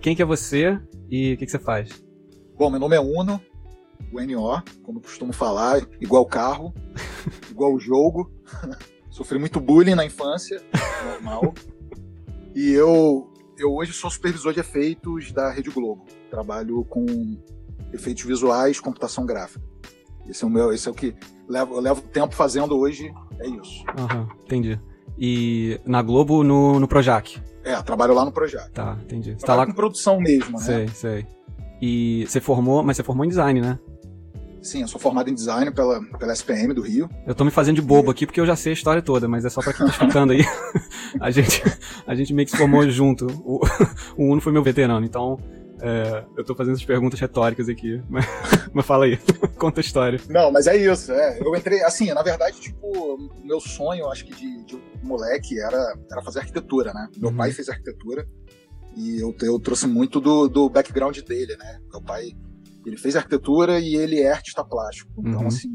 quem que é você e o que, que você faz? Bom, meu nome é Uno, o NO, como costumo falar, igual carro, igual jogo. Sofri muito bullying na infância, normal. E eu, eu hoje sou supervisor de efeitos da Rede Globo. Trabalho com efeitos visuais, computação gráfica. Esse é o meu, esse é o que levo, eu levo tempo fazendo hoje, é isso. Aham, entendi. E na Globo, no, no Projac. É, trabalho lá no projeto. Tá, entendi. Você tá Trabalho lá. com produção mesmo, né? Sei, sei. E você formou, mas você formou em design, né? Sim, eu sou formado em design pela, pela SPM do Rio. Eu tô me fazendo de bobo aqui porque eu já sei a história toda, mas é só pra quem tá escutando aí. a, gente, a gente meio que se formou junto. O, o Uno foi meu veterano, então é, eu tô fazendo essas perguntas retóricas aqui. Mas, mas fala aí, conta a história. Não, mas é isso. É. Eu entrei, assim, na verdade, tipo, o meu sonho, acho que de, de moleque, era, era fazer arquitetura, né? Meu Uhum. pai fez arquitetura e eu, eu trouxe muito do, do background dele, né? Meu pai, ele fez arquitetura e ele é artista plástico. Então, Uhum. assim,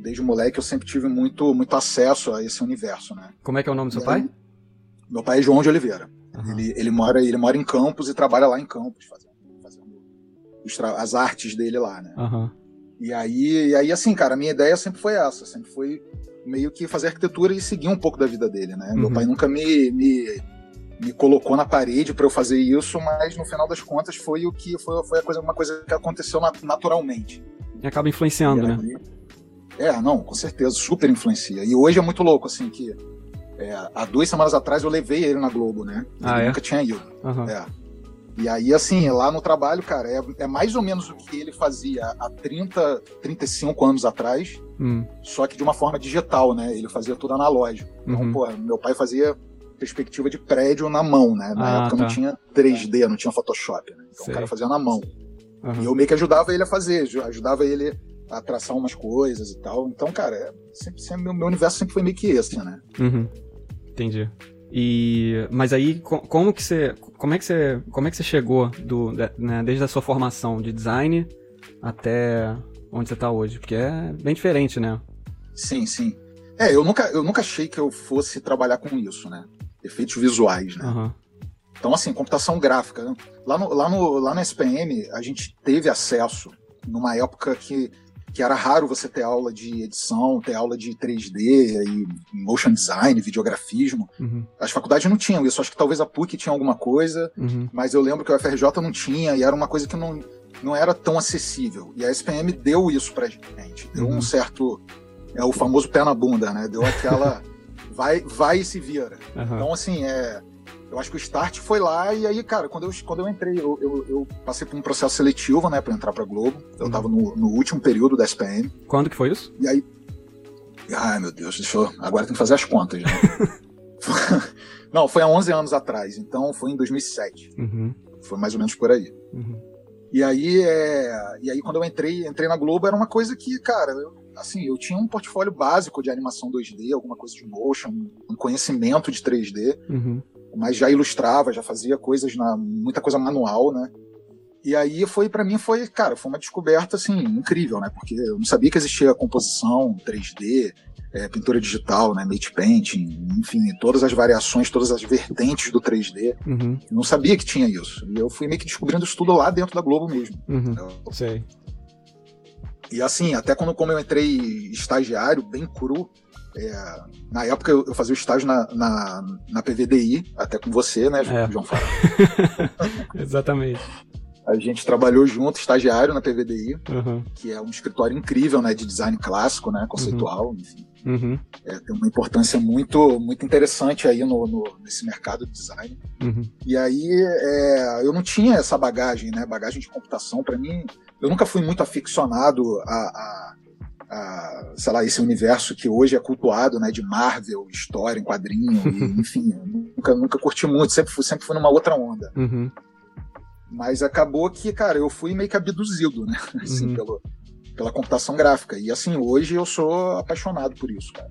desde moleque eu sempre tive muito, muito acesso a esse universo, né? Como é que é o nome do seu E pai? aí, Meu pai é João de Oliveira. Aham. Ele, ele, mora, ele mora em Campos e trabalha lá em Campos, fazendo, fazendo os tra- as artes dele lá, né? Aham. E aí, e aí, assim, cara, a minha ideia sempre foi essa, sempre foi meio que fazer arquitetura e seguir um pouco da vida dele, né? Meu Uhum. pai nunca me, me, me colocou na parede pra eu fazer isso, mas no final das contas foi o que foi, foi a coisa, uma coisa que aconteceu na- naturalmente. E acaba influenciando, né? E aí- É, não, com certeza, super influencia. E hoje é muito louco, assim, que é, há duas semanas atrás eu levei ele na Globo, né? Ele Ah, é? nunca tinha ido. Aham. É. E aí, assim, lá no trabalho, cara, é, é mais ou menos o que ele fazia há 30, 35 anos atrás, Hum, só que de uma forma digital, né? Ele fazia tudo analógico. Então, uhum. pô, meu pai fazia perspectiva de prédio na mão, né? Ah, Na época não tá. tinha 3D, não tinha Photoshop, né? Sei. Então Uhum. o cara fazia na mão. Aham. E eu meio que ajudava ele a fazer, ju- ajudava ele a traçar umas coisas e tal. Então, cara, é, sempre, sempre, meu meu universo sempre foi meio que esse, né? Uhum. Entendi. E mas aí co- como que você como é que você como é que você chegou do da- né, desde a sua formação de design até onde você tá hoje? Porque é bem diferente, né? Sim, sim. É, eu nunca, eu nunca achei que eu fosse trabalhar com isso, né? Efeitos visuais, né? Aham. Então, assim, computação gráfica. né? Lá, no, lá, no, lá na SPM, a gente teve acesso numa época que, que era raro você ter aula de edição, ter aula de 3D, e motion design, videografismo. Uhum. As faculdades não tinham isso. Acho que talvez a PUC tinha alguma coisa, Uhum. mas eu lembro que o FRJ não tinha e era uma coisa que não, não era tão acessível. E a SPM deu isso pra gente. Deu Uhum. um certo. É o famoso pé na bunda, né? Deu aquela. vai, vai e se vira. Aham. Então, assim, é, eu acho que o start foi lá, e aí, cara, quando eu, quando eu entrei, eu, eu- eu passei por um processo seletivo, né, pra entrar pra Globo. Eu Uhum. tava no, no último período da SPM, Quando que foi isso? e aí. Ai, meu Deus, deixa eu. Agora tem que fazer as contas, né? Não, foi há 11 anos atrás, então foi em 2007. Uhum. Foi mais ou menos por aí. Uhum. E aí, é, e aí quando eu entrei, entrei na Globo, era uma coisa que, cara, eu- assim, eu tinha um portfólio básico de animação 2D, alguma coisa de motion, um conhecimento de 3D Uhum. mas já ilustrava, já fazia coisas na muita coisa manual, né? E aí foi para mim foi, cara, foi uma descoberta assim incrível, né? Porque eu não sabia que existia composição 3D, eh, pintura digital, né, matte painting, enfim, todas as variações, todas as vertentes do 3D. Uhum. Eu não sabia que tinha isso. E eu fui meio que descobrindo isso tudo lá dentro da Globo mesmo. Uhum. Eu- Sei. e assim, até quando como eu entrei estagiário, bem cru, é, na época eu, eu fazia o estágio na, na, na PVDI, até com você, né, É. João Fábio? Exatamente. A gente trabalhou junto, estagiário na PVDI, Uhum. que é um escritório incrível, né, de design clássico, né, conceitual, enfim. Uhum. É, tem uma importância muito, muito interessante aí no, no- nesse mercado de design. Uhum. E aí, é, eu não tinha essa bagagem, né, bagagem de computação. Para mim, eu nunca fui muito aficionado a, a- a, sei lá, esse universo que hoje é cultuado, né, de Marvel, história em quadrinho, e, enfim. eu Nunca, nunca curti muito, sempre fui, sempre fui numa outra onda. Uhum. Mas acabou que, cara, eu fui meio que abduzido, né? Assim, Uhum. pelo, pela computação gráfica. E assim, hoje eu sou apaixonado por isso, cara.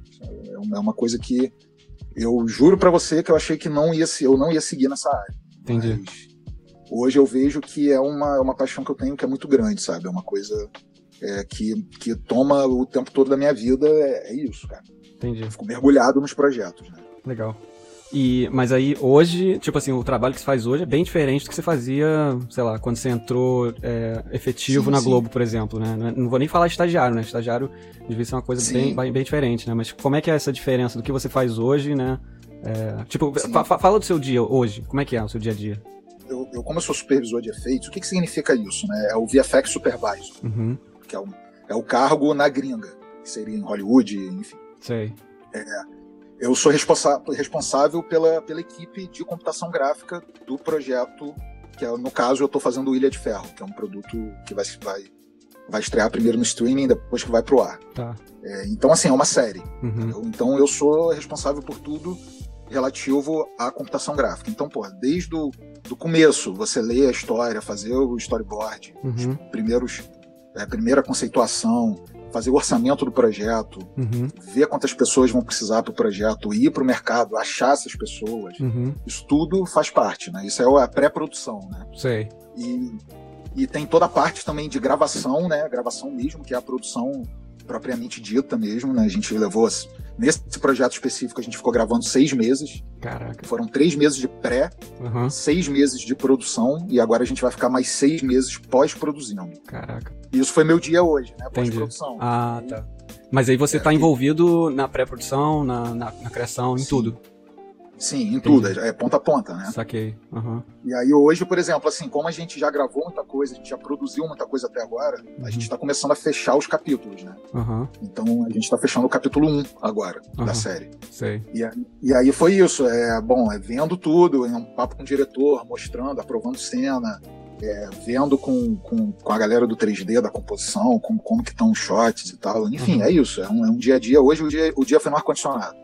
É uma é uma coisa que eu juro pra você que eu achei que não ia, se- eu não ia seguir nessa área. Entendi. Mas hoje eu vejo que é uma, é uma paixão que eu tenho que é muito grande, sabe? É uma coisa é, que, que toma o tempo todo da minha vida. É, é isso, cara. Entendi. Eu fico mergulhado nos projetos, né? Legal. E, mas aí hoje, tipo assim, o trabalho que você faz hoje é bem diferente do que você fazia, sei lá, quando você entrou é, efetivo Sim, na sim. Globo, por exemplo, né? Não é- Não vou nem falar estagiário, né? Estagiário devia ser uma coisa Sim. bem, bem, bem diferente, né? Mas como é que é essa diferença do que você faz hoje, né? É, tipo, Sim. fa- fa- fala do seu dia hoje. Como é que é o seu dia a dia? Eu, eu, como eu sou supervisor de efeitos, o que, que significa isso? Né? É o VFX Supervisor, Uhum. que é o, é o cargo na gringa, que seria em Hollywood, enfim. Sei. Eu sou responsa- responsável pela, pela equipe de computação gráfica do projeto, que é, no caso eu estou fazendo Ilha de Ferro, que é um produto que vai, se- vai, vai estrear primeiro no streaming, depois que vai pro ar. Tá. É, então, assim, é uma série. Uhum. Eu- Então eu sou responsável por tudo relativo à computação gráfica. Então, pô, desde o do começo, você lê a história, fazer o storyboard, Uhum. primeiros, é, primeira conceituação, fazer o orçamento do projeto, Uhum. ver quantas pessoas vão precisar para o projeto, ir para o mercado, achar essas pessoas. Uhum. Isso tudo faz parte, né? Isso é a pré-produção, né? Sei. E, e tem toda a parte também de gravação, né? Gravação mesmo, que é a produção propriamente dita mesmo, né? A gente levou. Nesse projeto específico, a gente ficou gravando seis meses. Caraca. Foram três meses de pré, Aham. seis meses de produção, e agora a gente vai ficar mais seis meses pós-produzindo. Caraca. E isso foi meu dia hoje, né? Entendi. Pós-produção. Ah, tá. Mas aí você É, tá e- envolvido na pré-produção, na, na, na criação, em Sim. tudo. Sim, em tudo, é ponta a ponta, né? Saquei. Aham. E aí hoje, por exemplo, assim, como a gente já gravou muita coisa, a gente já produziu muita coisa até agora, Uhum. a gente está começando a fechar os capítulos, né? Aham. Então a gente está fechando o capítulo 1 agora Aham. da série. Sei. E aí foi isso. É bom, é vendo tudo, é um papo com o diretor, mostrando, aprovando cena, é, vendo com, com, com a galera do 3D, da composição, com, como que estão os shots e tal. Enfim, Uhum. é isso. É um, é um dia a dia. Hoje o dia, o dia foi no ar-condicionado.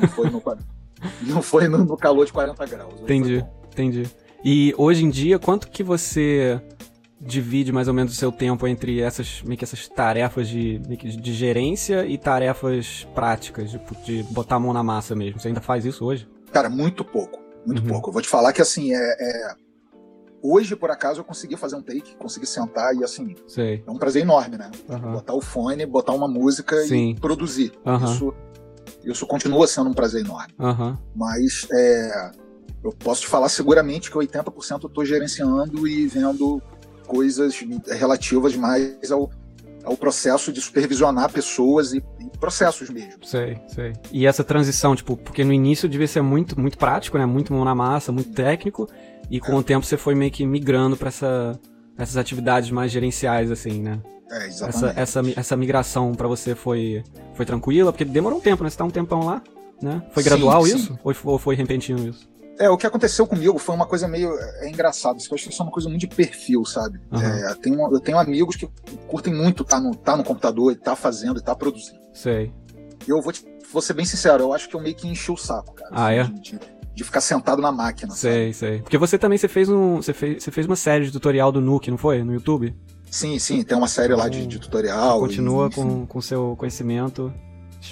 Não foi no, qua- não foi no, no calor de 40 graus. Hoje foi Entendi. bom. Entendi. E hoje em dia, quanto que você divide mais ou menos o seu tempo entre essas, meio que essas tarefas de, meio que de gerência e tarefas práticas, de, de botar a mão na massa mesmo? Você ainda faz isso hoje? Cara, muito pouco. Muito Uhum. pouco. Eu vou te falar que assim, é. é- Hoje, por acaso, eu consegui fazer um take, consegui sentar e assim, Sei. é um prazer enorme, né? Aham. botar o fone, botar uma música Ah. Sim. e produzir. Aham. Isso, isso continua sendo um prazer enorme. Aham. Mas é, eu posso te falar seguramente que 80% eu estou gerenciando e vendo coisas relativas mais ao, ao processo de supervisionar pessoas e, e processos mesmo. Sei, sei. E essa transição, tipo, porque no início devia ser muito, muito prático, né? Muito mão na massa, muito técnico. E com o tempo você foi meio que migrando pra essa, essas atividades mais gerenciais, assim, né? É, Essa, exatamente. essa, mi- essa migração pra você foi, foi tranquila? Porque demorou um tempo, né? Você tá um tempão lá, né? Foi Sim, gradual sim. isso? Ou, f- ou foi repentino isso? É, o que aconteceu comigo foi uma coisa meio. É engraçado, isso que eu acho que isso é uma coisa muito de perfil, sabe? Aham. É, eu, tenho, eu tenho amigos que curtem muito estar no, tá no computador e tá fazendo e tá produzindo. Sei. eu vou, te, vou ser bem sincero, eu acho que eu meio que enchi o saco, cara. assim, Ah, é? de, de- de ficar sentado na máquina. sabe? Sei, sei. Porque você também, você fez um. Você fez, você fez uma série de tutorial do Nuke, não foi? No YouTube? Sim, sim, tem uma série lá de, de tutorial. Então Continua e- com com seu conhecimento.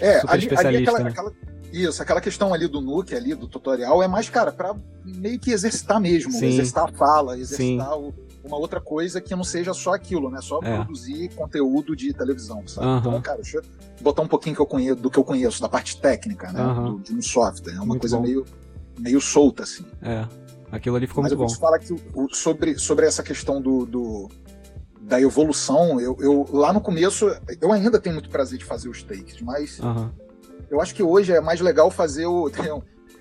É, super ali, ali especialista, aquela, né? aquela- Isso, aquela questão ali do Nuke, ali, do tutorial, é mais, cara, pra meio que exercitar mesmo, Sim. exercitar a fala, exercitar o- uma outra coisa que não seja só aquilo, né? Só É. produzir conteúdo de televisão, sabe? Aham. Então, cara, deixa eu botar um pouquinho que eu conheço, do que eu conheço, da parte técnica, né? Aham. do- de um software. É uma Muito coisa bom. meio, meio solta, assim. É. Aquilo ali ficou Mas muito eu vou bom. te falar que o- o- sobre, sobre essa questão do, do- da evolução, eu, eu- lá no começo eu ainda tenho muito prazer de fazer os takes, mas Aham. eu acho que hoje é mais legal fazer o. Tem um,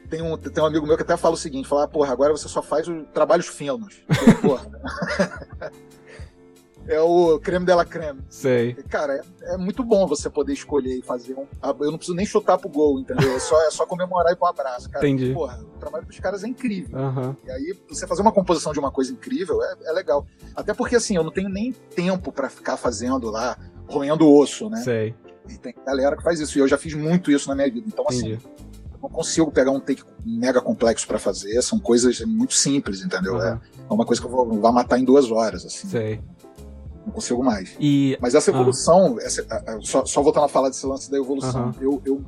tem um, tem um amigo meu que até fala o seguinte: fala, "Ah, porra, agora você só faz os trabalhos finos. Eu, porra. é o creme dela creme. Sei. Cara, é, é muito bom você poder escolher e fazer um. ah, Eu não preciso nem chutar pro gol, entendeu? É só, é só comemorar e pôr um abraço, cara. Entendi. Porra, o trabalho dos caras é incrível. Aham. E aí, você fazer uma composição de uma coisa incrível é, é legal. Até porque, assim, eu não tenho nem tempo pra ficar fazendo lá, roendo osso, né? Sei. E tem galera que faz isso. E eu já fiz muito isso na minha vida. Então, Entendi. assim, eu não consigo pegar um take mega complexo pra fazer. São coisas muito simples, entendeu? É Aham. é uma coisa que eu vou, vou matar em duas horas, assim. Sei. Não consigo mais. E. Mas essa Ah. evolução, essa- a- a- só, só voltando a falar desse lance da evolução, Aham. eu, eu,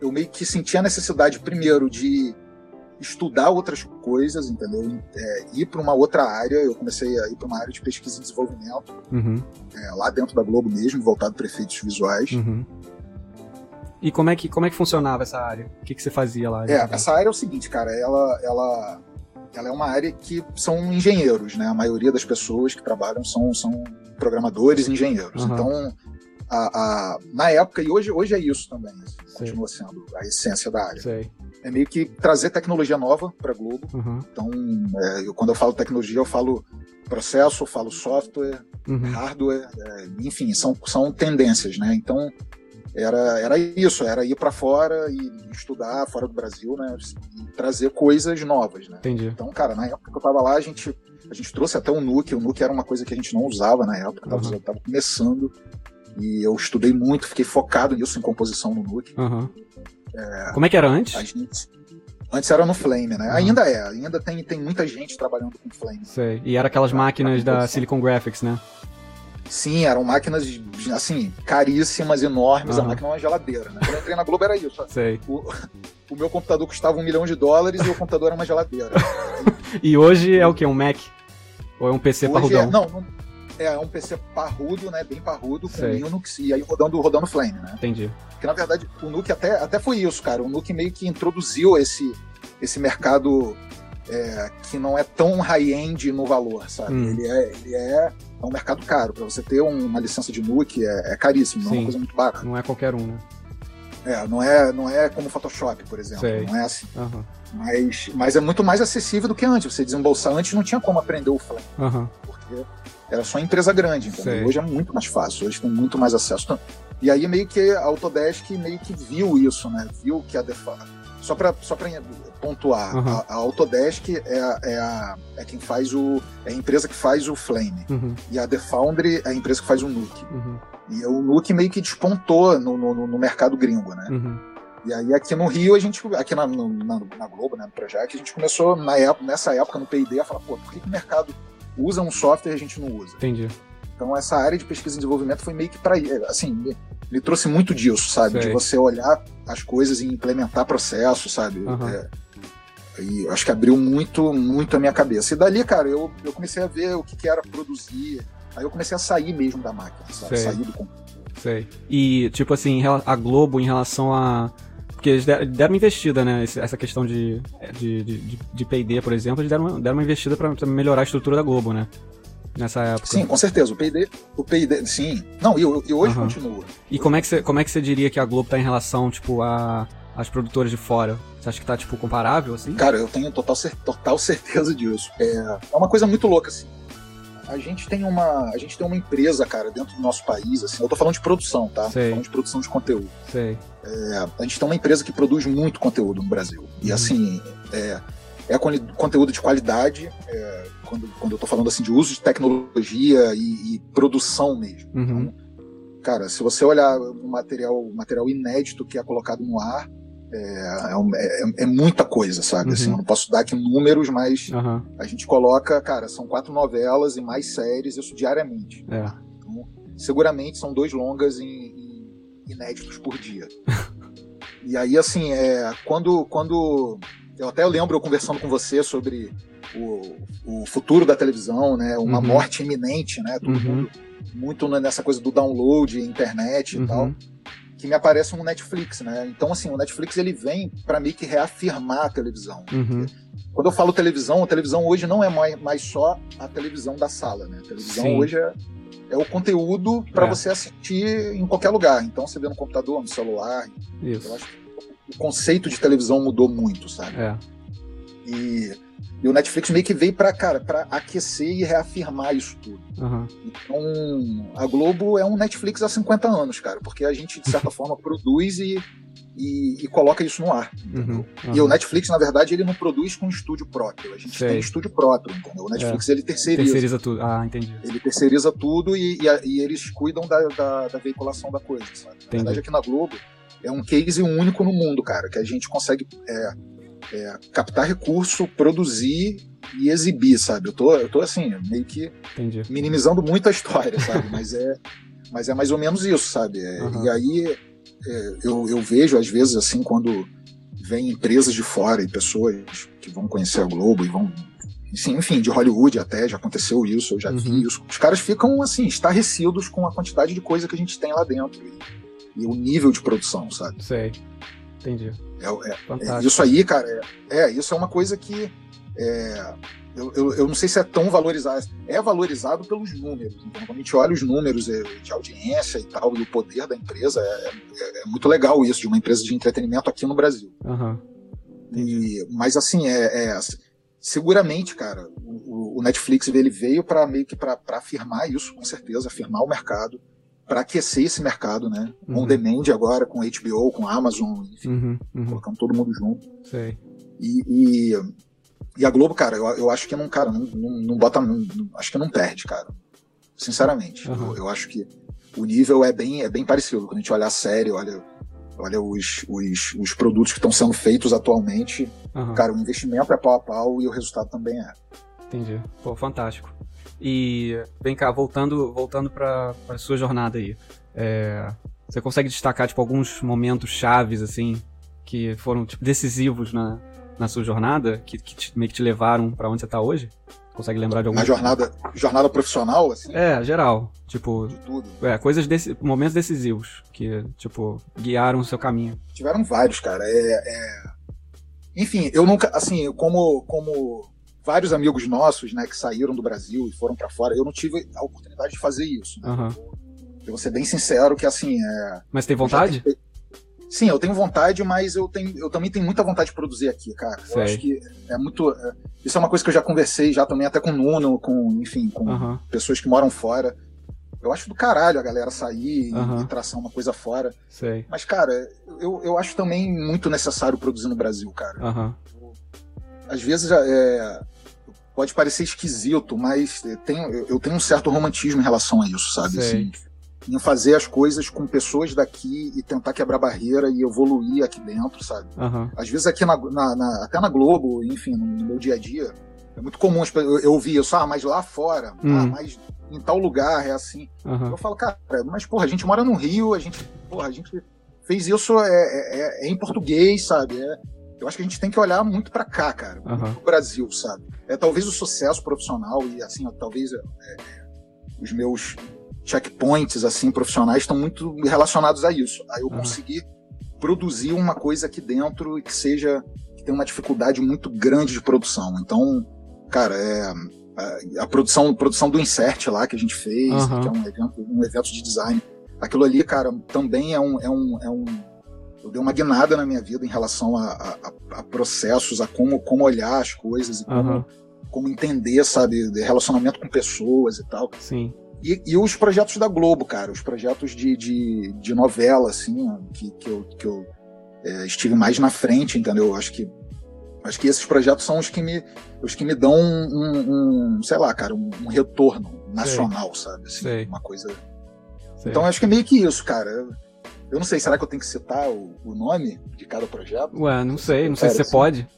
eu meio que senti a necessidade, primeiro, de estudar outras coisas, entendeu? É, ir para uma outra área, eu comecei a ir para uma área de pesquisa e desenvolvimento, Uhum. é, lá dentro da Globo mesmo, voltado para efeitos visuais. Uhum. E como é que, como é que funcionava essa área? O que, que você fazia lá? É, essa área é o seguinte, cara, ela, ela, ela é uma área que são engenheiros, né? A maioria das pessoas que trabalham são, são programadores, engenheiros. Aham. Então, a, a- na época, e hoje, hoje é isso também, Sei. continua sendo a essência da área. Sei. É meio que trazer tecnologia nova para Globo. Uhum. Então, é, eu, quando eu falo tecnologia, eu falo processo, eu falo software, Uhum. hardware, é, enfim, são, são tendências, né? Então era, era isso, era ir para fora e estudar fora do Brasil, né? E trazer coisas novas, né? Entendi. Então, cara, na época que eu tava lá, a gente, a gente trouxe até um Nuke, o Nuke era uma coisa que a gente não usava na época, tava, Uhum. tava começando. E eu estudei muito, fiquei focado nisso, em composição no Nuke. Uhum. Como é que era antes? A gente, antes era no Flame, né? Uhum. Ainda é, ainda tem, tem muita gente trabalhando com Flame. Sei. E era aquelas Pra- máquinas pra da produção. Silicon Graphics, né? Sim, eram máquinas, assim, caríssimas, enormes. A Aham. máquina é uma geladeira, né? Quando eu entrei na Globo era isso. Sei. O meu computador custava um milhão de dólares e o computador era uma geladeira. E hoje é o quê? Um Mac? Ou é um PC Hoje é, parrudão? não, não- é, é um PC parrudo, né? Bem parrudo, com Sei. Linux e aí rodando, rodando Flame, né? Entendi. Porque, na verdade, o Nuke até, até foi isso, cara. O Nuke meio que introduziu esse, esse mercado é, que não é tão high-end no valor, sabe? Hum. Ele, é, ele é, é um mercado caro. Pra você ter um- uma licença de Nuke é, é caríssimo, não é Sim. uma coisa muito barata. Não é qualquer um, né? É, não é, não é como Photoshop, por exemplo. Sei. Não é assim. Aham. Mas, mas é muito mais acessível do que antes. Você desembolsar antes não tinha como aprender o Flash, Aham. porque era só empresa grande, entendeu? Sei. Hoje é muito mais fácil, hoje tem muito mais acesso. Então, E aí meio que a Autodesk meio que viu isso, né? Viu que a Defa... Só para só pra pontuar, Aham. a, a Autodesk é, a- é, a, é quem faz o. É a empresa que faz o Flame. Uhum. E a The Foundry é a empresa que faz o Nuke. Uhum. E o Nuke meio que despontou no, no, no mercado gringo, né? Uhum. E aí aqui no Rio, a gente, aqui na, no- na, na Globo, né, no Projac, a gente começou na época, nessa época no P&D a falar, pô, por que, que o mercado usa um software e a gente não usa? Entendi. Então essa área de pesquisa e desenvolvimento foi meio que para assim, me, me trouxe muito disso, sabe? Sei. De você olhar as coisas e implementar processos, sabe? Aham. É, e acho que abriu muito, muito a minha cabeça. E dali, cara, eu, eu comecei a ver o que, que era produzir. Aí eu comecei a sair mesmo da máquina, sabe? Sei. Sair do computador. Sei. E, tipo assim, em rela- a Globo em relação a. Porque eles der- deram uma investida, né? esse- Essa questão de, de, de, de- de PD, por exemplo, eles deram uma, deram uma investida pra, pra melhorar a estrutura da Globo, né? Nessa época. Sim, com certeza. O P&D, o P&D, sim. Não, e, e hoje Aham. continua. E como é, que você, como é que você diria que a Globo tá em relação, tipo, a, às produtoras de fora? Você acha que tá, tipo, comparável, assim? Cara, eu tenho total, cer- total certeza disso. É, é uma coisa muito louca, assim. A gente tem uma, a gente tem uma empresa, cara, dentro do nosso país, assim. Eu tô falando de produção, tá? Sei. Tô falando de produção de conteúdo. Sei. É, a gente tem uma empresa que produz muito conteúdo no Brasil. E Uhum. assim, é, é quali- conteúdo de qualidade. é, quando, quando eu tô falando assim de uso de tecnologia e, e produção mesmo. Uhum. Cara, se você olhar o material, o material inédito que é colocado no ar, é, é um- é- é muita coisa, sabe? Uhum. Assim, eu não posso dar aqui números, mas Aham. a gente coloca, cara, são quatro novelas e mais séries, isso diariamente. É. Seguramente são dois longas em, em inéditos por dia. e aí, assim, é, quando, quando. Eu até lembro eu conversando com você sobre o, o futuro da televisão, né? Uma Uhum. morte iminente, né? Todo Uhum. mundo muito nessa coisa do download, internet e Uhum. tal que me aparece um Netflix, né? Então, assim, o Netflix ele vem pra meio que reafirmar a televisão. Uhum. Quando eu falo televisão, a televisão hoje não é mais, mais só a televisão da sala, né? A televisão Sim. hoje é, é o conteúdo pra É. você assistir em qualquer lugar. Então, você vê no computador, no celular. Eu Isso. acho que o conceito de televisão mudou muito, sabe? É. E, e o Netflix meio que veio pra, cara, pra aquecer e reafirmar isso tudo. Aham. Então, a Globo é um Netflix há 50 anos, cara, porque a gente, de certa forma, produz e, e, e coloca isso no ar. Uhum. entendeu? Aham. E o Netflix, na verdade, ele não produz com estúdio próprio. A gente Sei. É. tem estúdio próprio, entendeu? O Netflix, ele terceiriza. Terceiriza tudo. Ah, entendi. Ele terceiriza tudo e, e a- e eles cuidam da, da- da veiculação da coisa, sabe? Na Entendi. verdade, aqui na Globo, é um case único no mundo, cara, que a gente consegue é, é, captar recurso, produzir e exibir, sabe? Eu tô, eu tô assim, meio que é Entendi. minimizando muito a história, sabe? Mas é, mas é mais ou menos isso, sabe? É, Aham. E aí é, eu, eu vejo, às vezes, assim, quando vem empresas de fora e pessoas que vão conhecer a Globo e vão. assim, enfim, de Hollywood até, já aconteceu isso, eu já Uhum. vi isso. Os caras ficam, assim, estarrecidos com a quantidade de coisa que a gente tem lá dentro. E, e o nível de produção, sabe? Sei. Entendi. É, é- é Fantástico. isso aí, cara, é, é, isso é uma coisa que é, eu, eu, eu não sei se é tão valorizado. É valorizado pelos números. Então, quando a gente olha os números é, de audiência e tal, e o poder da empresa, é, é- é muito legal isso, de uma empresa de entretenimento aqui no Brasil. Aham. E- mas assim, é, é- seguramente, cara, o, o- o Netflix ele veio para meio que para afirmar isso, com certeza, afirmar o mercado, para aquecer esse mercado, né? Uhum. On demand agora com HBO, com Amazon, enfim, Uhum, uhum. colocando todo mundo junto. Sei. E, e- e a Globo, cara, eu, eu acho que não, cara, não, não, não bota, não- não- acho que não perde, cara. Sinceramente, Aham. eu, eu acho que o nível é bem, é bem parecido. Quando a gente olha a série, olha, olha os, os, os produtos que estão sendo feitos atualmente, Aham. Cara, o investimento é pau a pau e o resultado também é. Entendi. Pô, fantástico. E vem cá, voltando, voltando para sua jornada aí. é, você consegue destacar tipo alguns momentos chaves assim que foram tipo, decisivos na, na sua jornada, que, que te- meio que te levaram pra onde você tá hoje? Consegue lembrar de algum? A jornada, jornada profissional, assim, É, geral. Tipo, de tudo. é, coisas desse, momentos decisivos que tipo guiaram o seu caminho. Tiveram vários, cara. É, é- Enfim, eu nunca, assim, como, como vários amigos nossos, né, que saíram do Brasil e foram pra fora, eu não tive a oportunidade de fazer isso. Né? Aham. Eu vou ser bem sincero que, assim, é... Mas tem vontade? eu já tentei- Sim, eu tenho vontade, mas eu, tenho, eu também tenho muita vontade de produzir aqui, cara. Sei. Eu acho que é muito. é- isso é uma coisa que eu já conversei já também até com o Nuno, com, enfim, com, Aham. pessoas que moram fora. Eu acho do caralho a galera sair e- Aham. e traçar uma coisa fora. Sei. Mas, cara, eu, eu acho também muito necessário produzir no Brasil, cara. Aham. Às vezes é, pode parecer esquisito, mas tem, eu, eu tenho um certo romantismo em relação a isso, sabe? Assim, Sei. em fazer as coisas com pessoas daqui e tentar quebrar barreira e evoluir aqui dentro, sabe? Aham. Às vezes aqui na, na- na- até na Globo, enfim, no, no meu dia a dia, é muito comum as pe- eu, eu ouvir isso, ah, mas lá fora, ah, Hum. mas em tal lugar é assim. Aham. Eu falo, cara, mas porra, a gente mora no Rio, a gente, porra, a gente fez isso é, é- é em português, sabe? É- eu acho que a gente tem que olhar muito pra cá, cara, muito Aham. pro Brasil, sabe? É talvez o sucesso profissional e assim, ó, talvez é, é, os meus checkpoints assim profissionais estão muito relacionados a isso. Aí eu Aham. consegui produzir uma coisa aqui dentro que seja que tem uma dificuldade muito grande de produção. Então, cara, é a, a produção, produção do Insert lá que a gente fez, Aham. que é um evento, um evento de design. Aquilo ali, cara, também é um. É um, é um eu dei uma guinada na minha vida em relação a, a- a- a processos, a como, como olhar as coisas, e como, Aham. como entender, sabe, de relacionamento com pessoas e tal. Sim. E, e os projetos da Globo, cara, os projetos de, de, de novela, assim, que, que eu, que eu é, estive mais na frente, entendeu? Acho que, acho que esses projetos são os que me, os que me dão um, um- um, sei lá, cara, um, um retorno nacional, sabe? Assim, Sei. Uma coisa. Sei. Então acho que é meio que isso, cara. Eu, eu não sei, será que eu tenho que citar o, o nome de cada projeto? Ué, não sei, não sei se Cara, você assim, pode.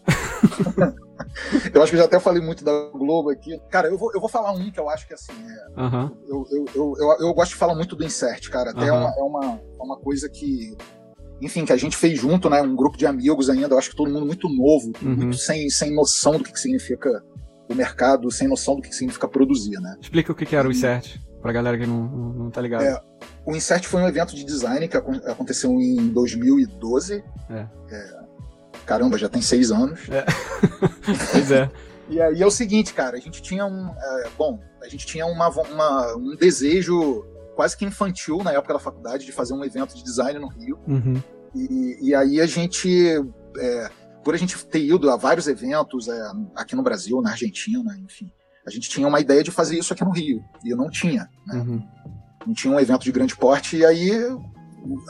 Eu acho que eu já até falei muito da Globo aqui. Cara, eu vou, eu vou falar um que eu acho que assim, é, Aham. eu, eu, eu, eu, eu gosto de falar muito do Insert, cara. Aham. Até é, uma, é, uma, é uma coisa que. Enfim, que a gente fez junto, né? Um grupo de amigos ainda. Eu acho que todo mundo muito novo, Uhum. muito sem, sem noção do que, que significa o mercado, sem noção do que, que significa produzir, né? Explica o que que era o insert, pra galera que não, não, não tá ligada. É. O Insert foi um evento de design que acon- aconteceu em 2012. É. É, Caramba, já tem seis anos. Pois é. E aí é o seguinte, cara, a gente tinha um. é, bom, a gente tinha uma, vo- uma- um desejo quase que infantil na época da faculdade de fazer um evento de design no Rio. Uhum. E, e aí a gente, é, por a gente ter ido a vários eventos é, aqui no Brasil, na Argentina, enfim, a gente tinha uma ideia de fazer isso aqui no Rio. E não tinha, né? Uhum. Não tinha um evento de grande porte. E aí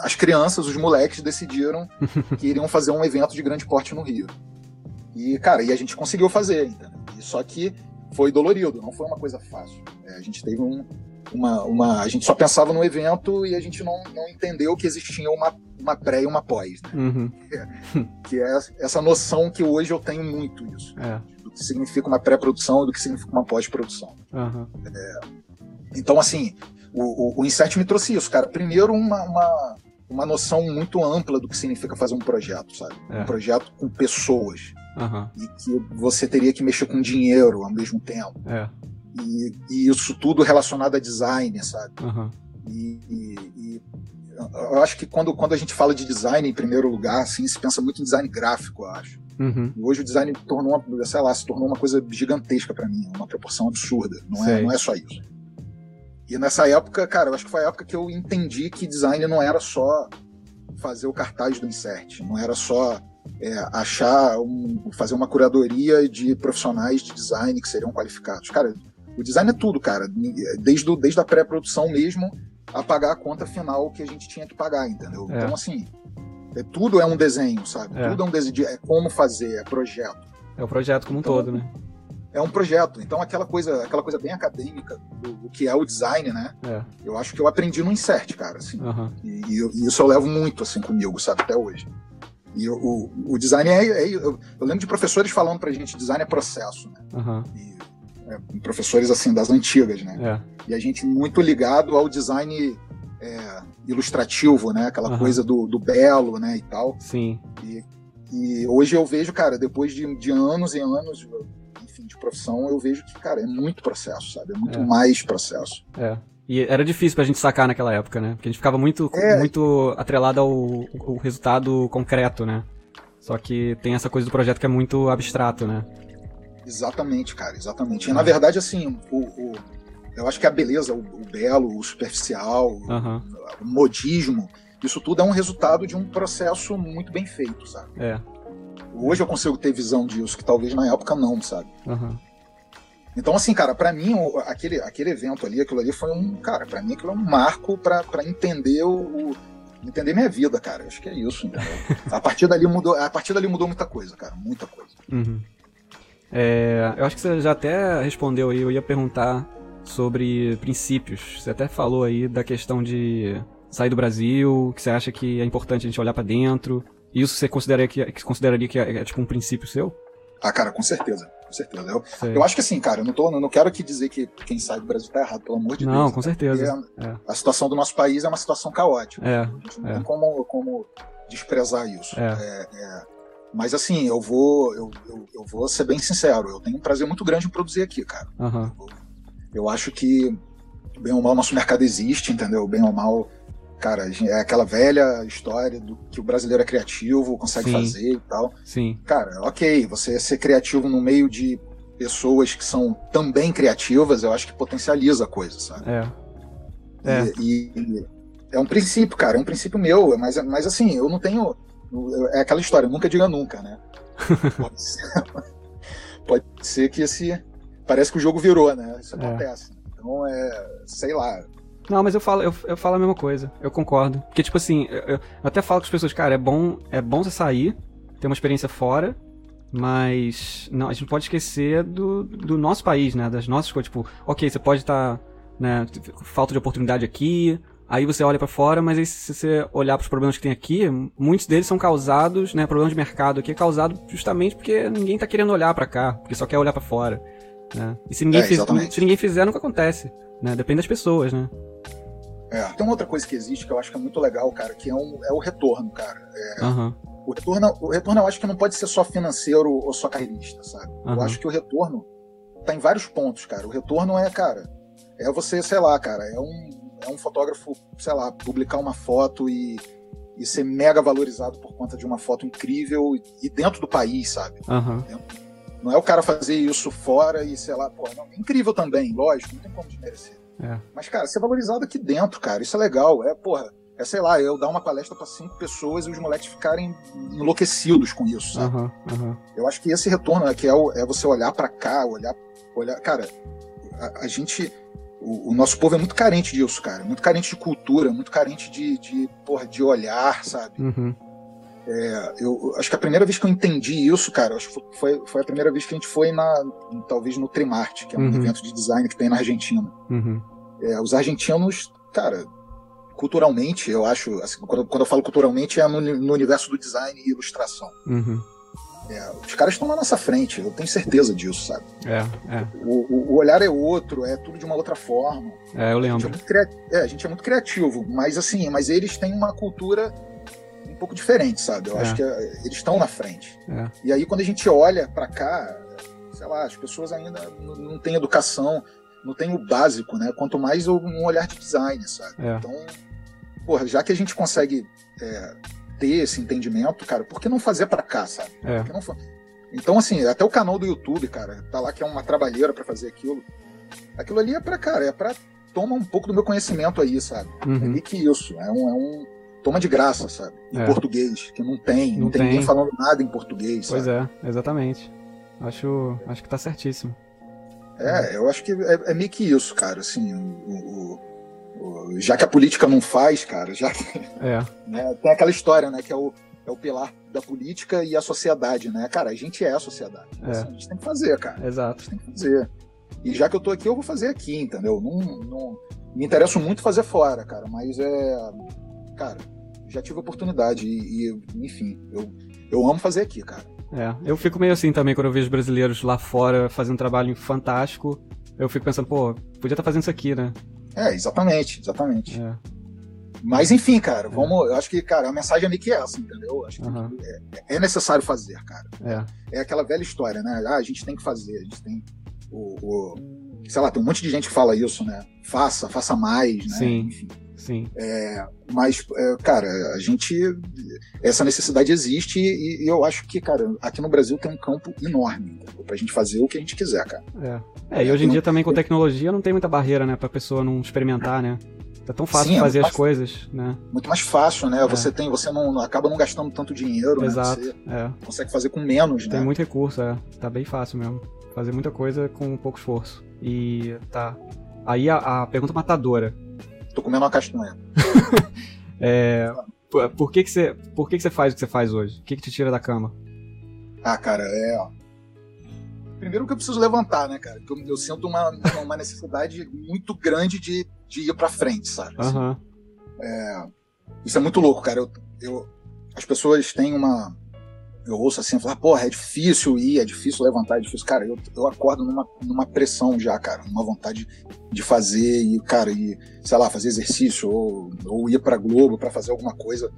as crianças, os moleques decidiram que iriam fazer um evento de grande porte no Rio. E, cara, e a gente conseguiu fazer, entendeu? E Só que foi dolorido, não foi uma coisa fácil. É, a gente teve um, uma, uma. A gente só pensava no evento e a gente não, não entendeu que existia uma, uma pré e uma pós, né? Uhum. Que é essa noção que hoje eu tenho muito isso, É. do que significa uma pré-produção e do que significa uma pós-produção. Aham. Então, assim, o, o, o Insert me trouxe isso, cara. Primeiro, uma, uma, uma noção muito ampla do que significa fazer um projeto, sabe? É. Um projeto com pessoas. Aham. E que você teria que mexer com dinheiro ao mesmo tempo. É. E, e isso tudo relacionado a design, sabe? Aham. E, e- e Eu acho que quando, quando a gente fala de design em primeiro lugar, assim, se pensa muito em design gráfico, eu acho. Uhum. E hoje o design tornou uma, sei lá, se tornou uma coisa gigantesca pra mim, uma proporção absurda. Não é, Sei. não é só isso. E nessa época, cara, eu acho que foi a época que eu entendi que design não era só fazer o cartaz do insert, não era só é, achar um, fazer uma curadoria de profissionais de design que seriam qualificados. Cara, o design é tudo, cara, desde, o- desde a pré-produção mesmo a pagar a conta final que a gente tinha que pagar, entendeu? É. Então assim, é, tudo é um desenho, sabe? É. Tudo é um desenho, é como fazer, é projeto. É o projeto Então como um todo, né? É um projeto. Então aquela coisa, aquela coisa bem acadêmica do, do que é o design, né? É. Eu acho que eu aprendi no insert, cara, assim. Aham. E, e eu- e isso eu levo muito assim comigo, sabe, até hoje. E o, o, o design é, é- eu, eu lembro de professores falando pra gente, design é processo, né? Aham. E, é, professores assim das antigas, né? É. e a gente muito ligado ao design é, ilustrativo, né? Aquela Aham. coisa do, do belo, né? E tal. Sim. E hoje eu vejo, cara, depois de, de anos e anos, enfim, de profissão, eu vejo que, cara, é muito processo, sabe? É muito É. mais processo. É. E era difícil pra gente sacar naquela época, né? Porque a gente ficava muito, É. muito atrelado ao, ao resultado concreto, né? Só que tem essa coisa do projeto que é muito abstrato, né? Exatamente, cara, exatamente. E na verdade, assim, o, o- eu acho que a beleza, o, o belo, o superficial, Aham. o modismo, isso tudo é um resultado de um processo muito bem feito, sabe? É. Hoje eu consigo ter visão disso, que talvez na época não, sabe? Aham. Então, assim, cara, pra mim, o- aquele, aquele evento ali, aquilo ali foi um. Cara, pra mim aquilo é um marco pra pra entender o. o- entender minha vida, cara. Acho que é isso, entendeu? a partir dali mudou, a partir dali mudou muita coisa, cara. Muita coisa. Uhum. É, eu acho que você já até respondeu aí, eu ia perguntar sobre princípios. Você até falou aí da questão de sair do Brasil, que você acha que é importante a gente olhar pra dentro. Isso você consideraria que, que consideraria que é, é tipo um princípio seu? Ah, cara, com certeza. Com certeza. Eu, Você- eu acho que assim, cara, eu não, tô, eu não quero aqui dizer que quem sai do Brasil tá errado, pelo amor de Não, Deus. com Porque certeza. É. A situação do nosso país é uma situação caótica. É, A gente não É. tem como, como desprezar isso. é. Mas assim, eu vou, eu, eu, eu vou ser bem sincero, eu tenho um prazer muito grande em produzir aqui, cara. Aham. Eu acho que, bem ou mal, nosso mercado existe, entendeu? Bem ou mal, cara, a gen- é aquela velha história do que o brasileiro é criativo, consegue Sim. fazer e tal. Sim. Cara, ok, você ser criativo no meio de pessoas que são também criativas, eu acho que potencializa a coisa, sabe? É. É. E, e é um princípio, cara, é um princípio meu, mas, mas assim, eu não tenho. eu- É aquela história, nunca diga nunca, né? Pode ser, pode ser que esse. Parece que o jogo virou, né? Isso É. acontece. Então é. Sei lá. Não, mas eu falo, eu, eu falo a mesma coisa. Eu concordo. Porque, tipo assim, eu, eu até falo com as pessoas, cara, é bom, é bom você sair, ter uma experiência fora, mas não, a gente não pode esquecer do, do nosso país, né? Das nossas coisas. Tipo, ok, você pode estar, né, falta de oportunidade aqui, aí você olha pra fora, mas aí se você olhar pros problemas que tem aqui, muitos deles são causados, né? Problemas de mercado aqui é causado justamente porque ninguém tá querendo olhar pra cá, porque só quer olhar pra fora. Né? E se ninguém, É, fiz- exatamente. se ninguém fizer, nunca acontece. Né? Depende das pessoas, né? É. Tem uma outra coisa que existe que eu acho que é muito legal, cara, que é, um, é o retorno, cara. Aham, O retorno, o retorno eu acho que não pode ser só financeiro ou só carreirista, sabe? Eu aham. acho que o retorno tá em vários pontos, cara. O retorno é, cara, é você, sei lá, cara, é um, é um fotógrafo, sei lá, publicar uma foto e, e ser mega valorizado por conta de uma foto incrível e, e dentro do país, sabe? Aham, Não é o cara fazer isso fora e, sei lá, pô, não, é incrível também, lógico, não tem como desmerecer. É. Mas, cara, ser valorizado aqui dentro, cara, isso é legal, é, porra. É, sei lá, eu dar uma palestra pra cinco pessoas e os moleques ficarem enlouquecidos com isso, sabe? aham, aham. Eu acho que esse retorno aqui é, o- é você olhar pra cá, olhar, olhar, cara, a, a gente, o, o nosso povo é muito carente disso, cara, muito carente de cultura, muito carente de, de porra, de olhar, sabe? Uhum. É, Eu, eu acho que a primeira vez que eu entendi isso, cara, eu acho que foi, foi a primeira vez que a gente foi na, talvez no Trimarte, que é um Uhum. evento de design que tem na Argentina. Uhum. É, os argentinos, cara, culturalmente, eu acho, assim, quando, quando eu falo culturalmente é no, no universo do design e ilustração. É, Uhum. Os caras estão na nossa frente, eu tenho certeza disso, sabe? É, é. O, o- o olhar é outro, é tudo de uma outra forma. É, eu A gente é, lembro. muito cria- é, a gente é muito criativo, mas assim, mas eles têm uma cultura um pouco diferente, sabe? Eu É. acho que é, eles estão na frente. É. E aí quando a gente olha pra cá, sei lá, as pessoas ainda n- não têm educação, não têm o básico, né? Quanto mais um olhar de design, sabe? É. Então porra, já que a gente consegue é, ter esse entendimento, cara, por que não fazer pra cá, sabe? É. Por que não fa- Então, assim, até o canal do YouTube, cara, tá lá que é uma trabalheira pra fazer aquilo. Aquilo ali é pra, cara, é pra toma um pouco do meu conhecimento aí, sabe? É Uhum. meio que isso, é um, é um toma de graça, sabe? Em É. português, que não tem, não, Não tem, tem. ninguém falando nada em português, Pois sabe? é, exatamente. Acho, acho que tá certíssimo. É. eu acho que é, é meio que isso, cara, assim, o- o- o- já que a política não faz, cara, já que É, né? Tem aquela história, né? Que é o, é o pilar da política e a sociedade, né? Cara, a gente é a sociedade. É. Assim, a gente tem que fazer, cara. exato. Tem que fazer. E já que eu tô aqui, eu vou fazer aqui, entendeu? Não, não... Me interessa muito fazer fora, cara, mas é. Cara, já tive oportunidade e, e, enfim, eu, eu amo fazer aqui, cara. É, eu fico meio assim também quando eu vejo brasileiros lá fora fazendo um trabalho fantástico. Eu fico pensando, pô, podia estar fazendo isso aqui, né? É, exatamente, exatamente. É, Mas enfim, cara, vamos. Eu acho que, cara, a mensagem é meio que essa, entendeu? Eu Acho que Aham. é necessário fazer, cara. é, é aquela velha história, né? Ah, a gente tem que fazer, a gente tem o, o- sei lá, tem um monte de gente que fala isso, né? Faça, faça mais, né? Sim. Enfim. sim. Mas, é, cara, a gente essa necessidade existe e, e eu acho que, cara, aqui no Brasil tem um campo enorme entendeu? pra gente fazer o que a gente quiser, cara. É. é, e hoje em dia também com tecnologia não tem muita barreira, né, pra pessoa não experimentar, né? Tá tão fácil Sim, é fazer muito as coisas, né? Muito mais fácil, né? Você tem, você não acaba não gastando tanto dinheiro, né? É. Exato. Você É, consegue fazer com menos, tem né? muito recurso, é. Tá bem fácil mesmo. Fazer muita coisa com pouco esforço. E tá. Aí a- a pergunta matadora. Tô comendo uma castanha. É, por, por que que você, por que que você faz o que você faz hoje? O que que te tira da cama? Ah, cara, é. ó. Primeiro que eu preciso levantar, né, cara? Porque Eu, eu sinto uma, uma necessidade muito grande de, de ir pra frente, sabe? Assim, Aham, Isso é muito louco, cara. Eu, eu- as pessoas têm uma. Eu ouço assim, falar, porra, é difícil ir, é difícil levantar, é difícil. Cara, eu, eu acordo numa, numa pressão já, cara, numa vontade de fazer e, cara, e, sei lá, fazer exercício ou, ou ir pra Globo pra fazer alguma coisa.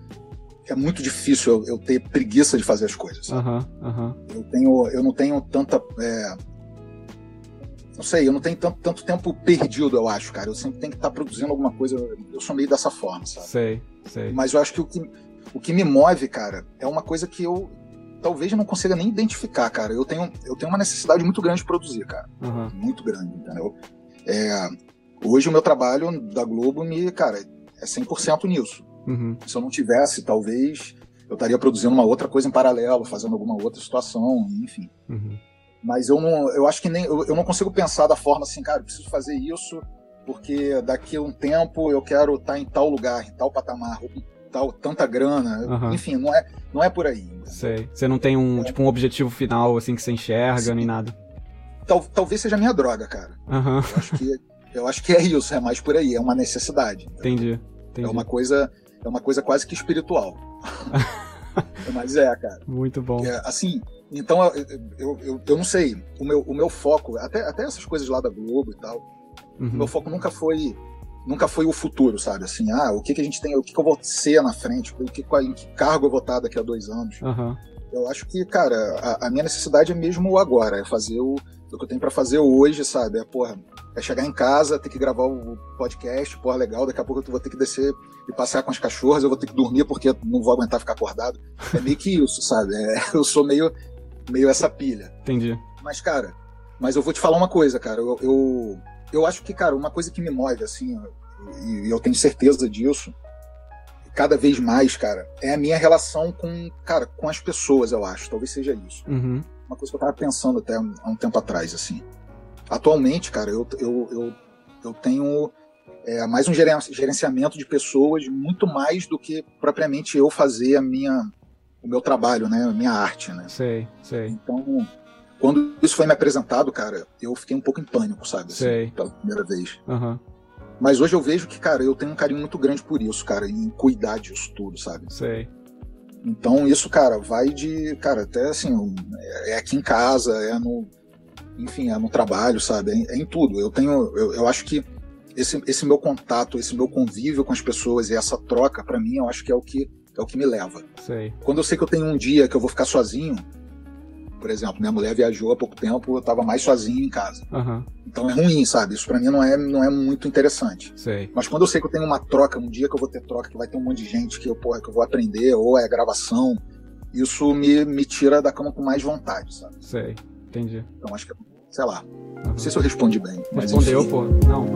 É muito difícil eu, eu ter preguiça de fazer as coisas. sabe? aham, aham. Eu, tenho, eu não tenho tanta. é, não sei, eu não tenho tanto, tanto tempo perdido, eu acho, cara. Eu sempre tenho que estar produzindo alguma coisa. Eu sou meio dessa forma, sabe? Sei, sei. Mas eu acho que o que, o que me move, cara, é uma coisa que eu talvez não consiga nem identificar, cara. Eu tenho, eu tenho uma necessidade muito grande de produzir, cara. Aham, Muito grande, entendeu? É, hoje o meu trabalho da Globo me, cara, é 100% nisso. uhum, Se eu não tivesse, talvez eu estaria produzindo uma outra coisa em paralelo, fazendo alguma outra situação, enfim. uhum. Mas eu não, eu acho que nem, eu, eu não consigo pensar da forma assim, cara, eu preciso fazer isso porque daqui a um tempo eu quero estar em tal lugar, em tal patamar, ou com tal tanta grana, Aham. enfim, não é, não é por aí. Sei. Você não tem um, tipo, um objetivo final, assim, que você enxerga, Sim. nem nada. Tal, talvez seja a minha droga, cara. Aham, Eu acho que, eu acho que é isso, é mais por aí, é uma necessidade. entendi, entendi. É uma coisa, é uma coisa quase que espiritual. Mas é, cara. Muito bom. É, assim, então eu, eu, eu, eu não sei, o meu, o meu foco, até, até essas coisas lá da Globo e tal, O Uhum, meu foco nunca foi nunca foi o futuro, sabe? Assim, ah, o que, que a gente tem, o que, que eu vou ser na frente, o que, qual- em que cargo eu vou estar daqui a dois anos. Aham, Eu acho que, cara, a, a minha necessidade é mesmo o agora, é fazer o, o que eu tenho pra fazer hoje, sabe? É, porra, é chegar em casa, ter que gravar o podcast, porra, legal, daqui a pouco eu vou ter que descer e passear com as cachorras, eu vou ter que dormir porque eu não vou aguentar ficar acordado. É meio que isso, sabe? É, eu sou meio, meio essa pilha. entendi. Mas, cara, mas eu vou te falar uma coisa, cara. Eu, eu, eu acho que, cara, uma coisa que me move, assim, e, e eu tenho certeza disso, cada vez mais, cara, é a minha relação com, cara, com as pessoas, eu acho. Talvez seja isso. Uhum, Uma coisa que eu tava pensando até há um tempo atrás, assim. Atualmente, cara, eu, eu, eu, eu tenho é, mais um geren- gerenciamento de pessoas, muito mais do que propriamente eu fazer a minha, o meu trabalho, né? A minha arte, né? sei, sei, Então, quando isso foi me apresentado, cara, eu fiquei um pouco em pânico, sabe? assim, Sei. pela primeira vez. aham, Mas hoje eu vejo que, cara, eu tenho um carinho muito grande por isso, cara, em cuidar disso tudo, sabe? sei. Então, isso, cara, vai de. Cara, até assim, um- é é aqui em casa, é no. Enfim, é no trabalho, sabe? É em, é em tudo. Eu tenho. Eu, eu acho que esse, esse meu contato, esse meu convívio com as pessoas e essa troca, pra mim, eu acho que é o que, é o que me leva Sei, quando eu sei que eu tenho um dia que eu vou ficar sozinho, Por exemplo, minha mulher viajou há pouco tempo, eu tava mais sozinho em casa. Aham, Então é ruim, sabe? Isso pra mim não é, não é muito interessante. sei. Mas quando eu sei que eu tenho uma troca, um dia que eu vou ter troca, que vai ter um monte de gente que eu, porra, que eu vou aprender, ou é gravação, isso me, me tira da cama com mais vontade, sabe? Sei, entendi. Então acho que, sei lá, Aham. não sei se eu respondi bem. mas Respondeu, enfim. pô. Não.